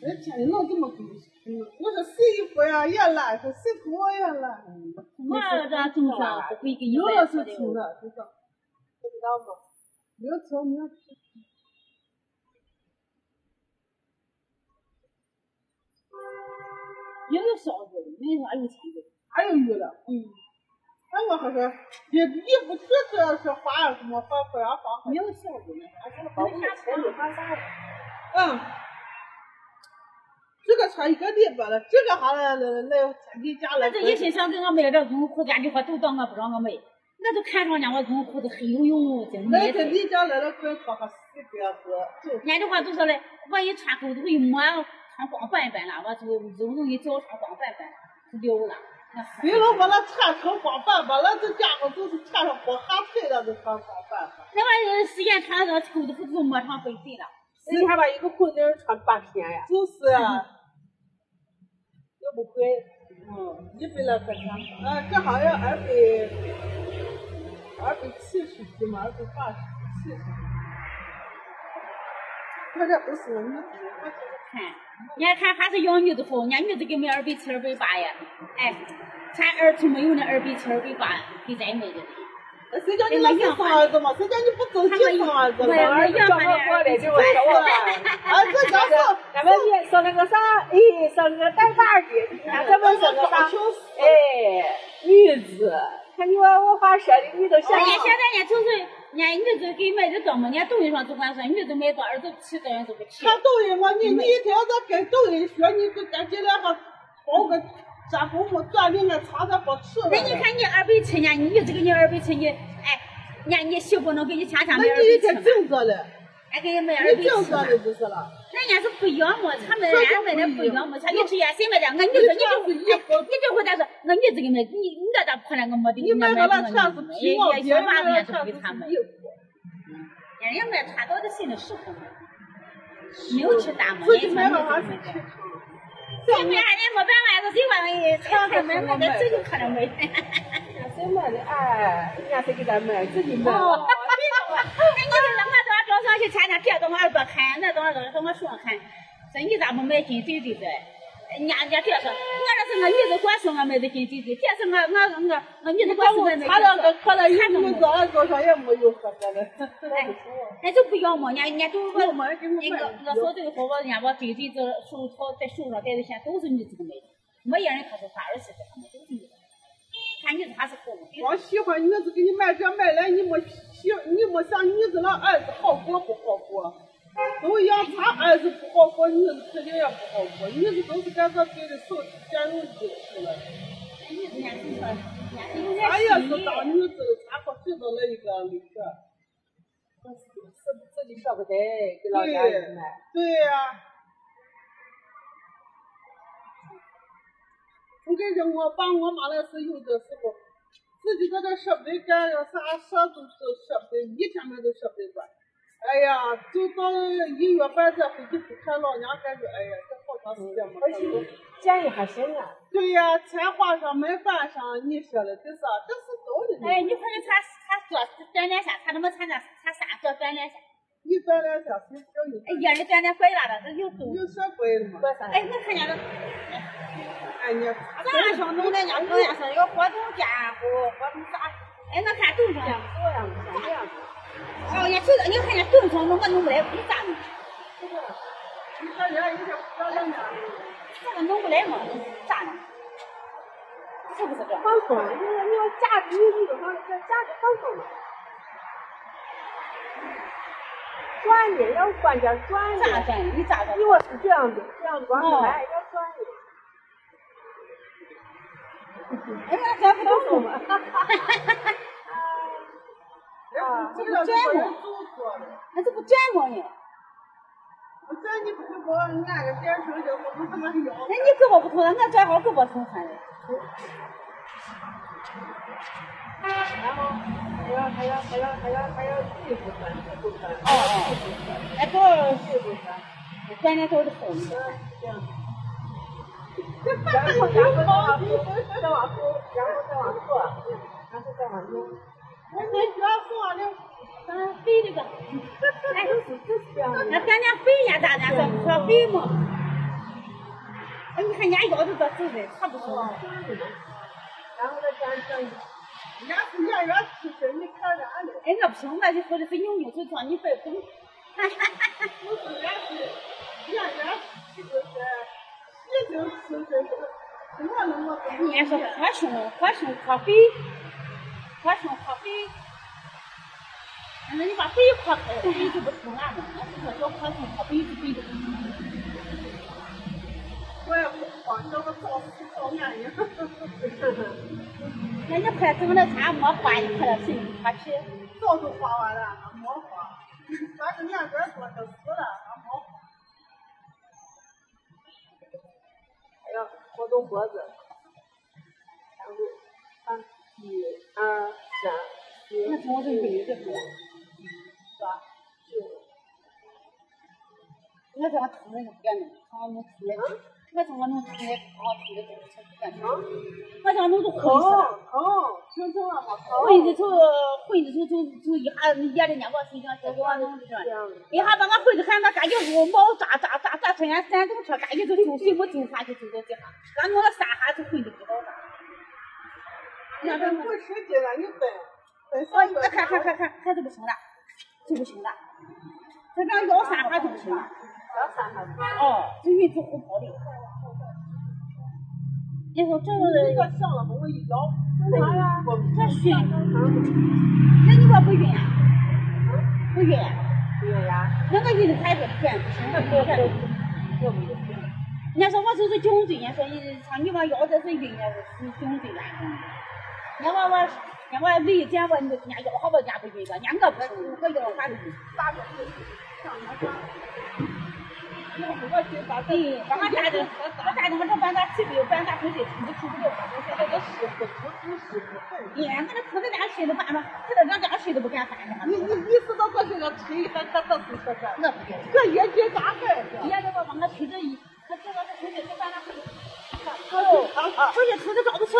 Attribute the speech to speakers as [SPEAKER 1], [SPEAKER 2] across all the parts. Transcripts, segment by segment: [SPEAKER 1] 人家弄这么多，嗯，我说谁不呀，也来，说谁给我也来，
[SPEAKER 2] 我这种上不会给你
[SPEAKER 1] 有
[SPEAKER 2] 买
[SPEAKER 1] 了
[SPEAKER 2] 错
[SPEAKER 1] 就
[SPEAKER 2] 的
[SPEAKER 1] 出
[SPEAKER 2] 哦。
[SPEAKER 1] 了，知道，知道吗？没有条没有吃，
[SPEAKER 2] 也有小的，没啥有钱的。
[SPEAKER 1] 还有鱼了。
[SPEAKER 2] 嗯，
[SPEAKER 1] 那我还说，这衣服这个是花什么花不让放好
[SPEAKER 2] 没。有小的呢，还是
[SPEAKER 1] 包
[SPEAKER 2] 包
[SPEAKER 1] 括
[SPEAKER 2] 括钱的花啥的。
[SPEAKER 1] 嗯，这个穿一个礼拜了，这个还来来来天天家来。
[SPEAKER 2] 那这一心想给我买这绒裤，俺这话都当我不让我买，那都看上人家我绒裤子黑油油的，没
[SPEAKER 1] 来这
[SPEAKER 2] 得
[SPEAKER 1] 你家来了，快搞个四个哥，就
[SPEAKER 2] 俺这话都说嘞，万一穿裤子会磨，穿光板板了，我就揉揉一脚穿光板板了，就掉了。那死
[SPEAKER 1] 谁能把那穿成光板板？那这家伙就是穿上光哈腿了，都穿光板板。
[SPEAKER 2] 那玩意儿时间长了，裤子裤子就磨成白费了。
[SPEAKER 3] 你还把一个裤子穿半天呀？
[SPEAKER 1] 就是 啊，又不贵，嗯，一百来块钱，呃，这好像二百，二百七十几嘛，二百八十七十。我这不是我女的，我这个
[SPEAKER 2] 看，俺哎看还是养女的好，俺女的给买二百七、二百八呀。哎，咱儿子没有那二百七、二百八给咱买的。
[SPEAKER 1] 那哎谁叫
[SPEAKER 3] 哎
[SPEAKER 1] 你老是生儿子嘛？谁叫你不争气生儿子哎
[SPEAKER 2] 哎
[SPEAKER 1] 了？
[SPEAKER 3] 儿子叫我过来就我我
[SPEAKER 1] 啊，这叫是
[SPEAKER 3] 咱们也生了个啥？哎，生了个带把儿的，咱咱们生个啥？哎，女子。看你我我话说的，你都
[SPEAKER 2] 人
[SPEAKER 3] 想
[SPEAKER 2] 家现在人家就是，俺女子给买的多嘛，俺抖音上就管说女子买多，儿子吃多，人都不吃。
[SPEAKER 1] 看抖音嘛，你你一天在跟抖音学，你就赶紧来个包个咱父母锻炼个肠子好吃的。
[SPEAKER 2] 那你看你二百七，人家女子给你二百七，你哎，人家你媳妇能给你天
[SPEAKER 1] 那
[SPEAKER 2] 天买二
[SPEAKER 1] 你一
[SPEAKER 2] 百七
[SPEAKER 1] 天
[SPEAKER 2] 吗？
[SPEAKER 1] 净着嘞，
[SPEAKER 2] 还给你买二
[SPEAKER 1] 你
[SPEAKER 2] 百
[SPEAKER 1] 净
[SPEAKER 2] 七
[SPEAKER 1] 着
[SPEAKER 2] 吗？
[SPEAKER 1] 嘞就是了。
[SPEAKER 2] 人家是不一样嘛，他们俺买的不一样嘛，他一直也谁买的？俺女子，你这回你这回咋说？俺女子给买，你你那咋破烂个没得？
[SPEAKER 1] 你买
[SPEAKER 2] 个
[SPEAKER 1] 个那全是皮毛，
[SPEAKER 2] 也
[SPEAKER 1] 别
[SPEAKER 2] 也
[SPEAKER 1] 人
[SPEAKER 2] 娃
[SPEAKER 1] 买
[SPEAKER 2] 子也
[SPEAKER 1] 那
[SPEAKER 2] 是
[SPEAKER 1] 全
[SPEAKER 2] 不给
[SPEAKER 1] 是
[SPEAKER 2] 他买，
[SPEAKER 1] 衣服。
[SPEAKER 2] 人家买穿到的新的时候嘛，没有吃大嘛，
[SPEAKER 1] 所
[SPEAKER 2] 人
[SPEAKER 1] 以
[SPEAKER 2] 家
[SPEAKER 1] 买
[SPEAKER 2] 买
[SPEAKER 1] 个啥
[SPEAKER 2] 的
[SPEAKER 1] 是
[SPEAKER 2] 新的
[SPEAKER 1] 皮。
[SPEAKER 2] 这边人家没办法，是谁管人穿个买买的，自己可能买。
[SPEAKER 3] 谁买的？哎，人家谁给咱买？自己 买。
[SPEAKER 2] 哦，那你这我到早上去前天这跟我耳朵看，那跟我耳朵跟我说看，说你咋不买金嘴嘴的？人家人家这说，我这是我女子给我说我买的金嘴嘴，这是我我我我女子给我说我买的。
[SPEAKER 1] 他那个可能一
[SPEAKER 2] 看着
[SPEAKER 1] 们
[SPEAKER 2] 没
[SPEAKER 1] 早上早上也没有喝的了。
[SPEAKER 2] 哎人 就不要嘛，人家都我
[SPEAKER 1] 没给我
[SPEAKER 2] 那个我嫂子和我人家我嘴嘴这手套在手上戴的线都是女子给买的，没一人可是他儿媳妇他们都是女的，看女子还是好嘛。
[SPEAKER 1] 光喜欢女子给你买这买来，你没喜，你没想女子那儿子好过不好过？都一样，他儿子不好过，女子肯定也不好过。女子都是干这给的手捡肉去去了。哎
[SPEAKER 2] 女子人家就说，人家有点
[SPEAKER 1] 俺也是
[SPEAKER 2] 心
[SPEAKER 1] 当女子的，他可知道那一个那个。
[SPEAKER 3] 自己舍不得给老家人买。
[SPEAKER 1] 对呀、我跟你说，我爸我妈那是有的时候，自己搁这舍不得干，啊啥啥都是舍不得，一天嘛都舍不得管。哎呀，就到一月半再回去不看老娘，感觉哎呀，这好长时间没
[SPEAKER 3] 而
[SPEAKER 1] 看着。
[SPEAKER 3] 且建议还行啊。
[SPEAKER 1] 对呀、钱花上买饭上，你说的这啥，这是道理。
[SPEAKER 2] 哎，你看你他他做锻炼啥？他他妈参加他三做锻炼啥？
[SPEAKER 1] 你锻炼下谁教你？
[SPEAKER 2] 哎，一人锻炼怪大了，这又都
[SPEAKER 1] 有社会了嘛？
[SPEAKER 3] 多少？
[SPEAKER 2] 哎，，我看见了，
[SPEAKER 1] 哎，你咋
[SPEAKER 2] 早上上弄那家搞呀，说要活动家伙，活动啥？哎，我看正
[SPEAKER 3] 这
[SPEAKER 2] 常
[SPEAKER 3] 样。不这样不像这样不
[SPEAKER 2] 哦，人家就你看人家正常，我弄不来，你咋弄？
[SPEAKER 1] 你看人家有点漂亮点。
[SPEAKER 2] 这个弄不来嘛，咋弄？是不是这？
[SPEAKER 3] 放松，你你要价值，你就说这价值放松嘛。转的要关键转的，
[SPEAKER 2] 咋整？你咋整
[SPEAKER 3] 你？我是这样的，这样光着来要转的。
[SPEAKER 2] 哎，我还不懂
[SPEAKER 3] 懂吗？
[SPEAKER 1] 啊，这个人都做的。
[SPEAKER 2] 那这不转过呢？
[SPEAKER 1] 我叫你不是把俺个电视的，我他妈摇
[SPEAKER 2] 那。你胳膊不疼了，我转好胳膊疼很了。
[SPEAKER 3] 然后还要还要还要还要还要技术分，技术分，
[SPEAKER 2] 哦哦，哎，多少
[SPEAKER 3] 技术分。
[SPEAKER 2] 锻炼多的好呢？
[SPEAKER 3] 然后，然后再往后，再往后，然后再往后，然后再往右。
[SPEAKER 2] 哎
[SPEAKER 1] 我跟你说的，
[SPEAKER 2] 嗯，飞 这个，哎，
[SPEAKER 3] 就是这样的。
[SPEAKER 2] 那咱家飞呀，大家说说飞嘛，哎你看人家腰子都直的，他不说。
[SPEAKER 1] 然后呢，咱这人家是演员出身，你看俺的，
[SPEAKER 2] 哎，我不行，我就说的是牛牛，就装你白懂。哈哈哈哈。
[SPEAKER 1] 不是俺是演员出身，戏精出身，怎么能我不
[SPEAKER 2] 人家说可凶可凶可肥，可凶可肥。哎那你把肥扩开，肥哎就不出俺们，俺是说叫可凶可肥就肥的。
[SPEAKER 1] 我也不慌，叫我找找演员。
[SPEAKER 2] 那你快整那啥没花，你快点去，快去。
[SPEAKER 1] 早就花完了，俺没花。咱这年这多少死了，俺没花。
[SPEAKER 3] 哎呀，活动脖子，然后
[SPEAKER 1] 啊
[SPEAKER 3] 三一二三四
[SPEAKER 2] 那从我这女的多，
[SPEAKER 3] 八九，
[SPEAKER 2] 我怎么疼的不干呢？疼我弄出来，我怎么弄出来？疼我出来都是不干呢？我怎么弄都昏死了。
[SPEAKER 3] 疼疼，听清了吗？
[SPEAKER 2] 混的头，混的头，就就一下夜里两个睡觉，结果弄的
[SPEAKER 3] 这样的，
[SPEAKER 2] 一下把我混的喊我赶紧我毛抓抓抓抓，突然三动车赶紧就走，水我走下去走到地上，俺弄了三下就混的不好了。
[SPEAKER 1] 你这不吃鸡了，你笨，笨
[SPEAKER 2] 我
[SPEAKER 1] 三
[SPEAKER 2] 一
[SPEAKER 1] 个。
[SPEAKER 2] 看看看看看就不行了，就不行了，这让摇三下就不行了。
[SPEAKER 3] 要三下子，
[SPEAKER 2] 哦，这运气虎跑的。你说这
[SPEAKER 1] 这
[SPEAKER 2] 个
[SPEAKER 1] 个像了吗？我一摇，
[SPEAKER 3] 啥呀？
[SPEAKER 1] 我
[SPEAKER 2] 这晕，那你说不晕啊？不晕啊，
[SPEAKER 3] 有呀，
[SPEAKER 2] 那个晕的太准准不行，不准。
[SPEAKER 3] 有没有？
[SPEAKER 2] 人家说我就是颈椎，人家说你像你往腰这是晕，人家是颈椎啊。人家往我，人家往胃见我，人家腰好吧，人家不晕的，人家我不是，我腰啥都晕。
[SPEAKER 1] 大个子，像那啥。
[SPEAKER 2] 我去把对，把俺家的，我家的我这半大气的，半大腿的，你出不了，我现在都
[SPEAKER 1] 师傅，不是师傅。
[SPEAKER 2] 哎呀，俺这裤子俩睡都办了，裤子两张睡都不敢翻
[SPEAKER 1] 你
[SPEAKER 2] 上。
[SPEAKER 1] 你意识到这是个腿，还可可是说这，
[SPEAKER 2] 那不对，
[SPEAKER 1] 这也得咋办
[SPEAKER 2] 人
[SPEAKER 1] 这？
[SPEAKER 2] 家这个把我推着一，他这个推着就翻了，
[SPEAKER 1] 哦，
[SPEAKER 2] 不是推着找不去，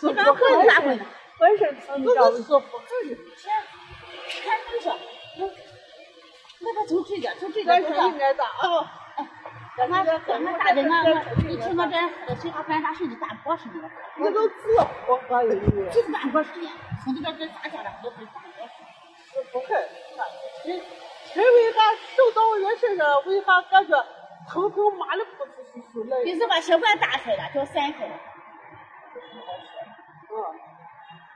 [SPEAKER 1] 是
[SPEAKER 2] 你
[SPEAKER 1] 哦
[SPEAKER 2] 把裤子咋回的？
[SPEAKER 3] 浑身疼
[SPEAKER 1] 不
[SPEAKER 3] 着
[SPEAKER 1] 是师傅，是
[SPEAKER 2] 看这说，我那个从这点，从这
[SPEAKER 1] 咱
[SPEAKER 2] 点
[SPEAKER 1] 是应该咋啊？
[SPEAKER 2] 咱们咱们大人呢，你听我这谁还翻啥睡就干活似的，
[SPEAKER 1] 你都自活可以，
[SPEAKER 2] 就是干活似的，从这边这咋讲的都是干活似的。
[SPEAKER 1] 是不会。人人为啥受到人身上为啥感觉疼疼麻的不是是是来？
[SPEAKER 2] 你是把血管打开了，叫散开了。
[SPEAKER 1] 嗯，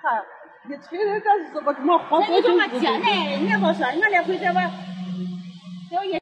[SPEAKER 1] 看你推的这是不怎么活
[SPEAKER 2] 那
[SPEAKER 1] 动
[SPEAKER 2] 你
[SPEAKER 1] 就
[SPEAKER 2] 这么接呢？人家不说，我那回在我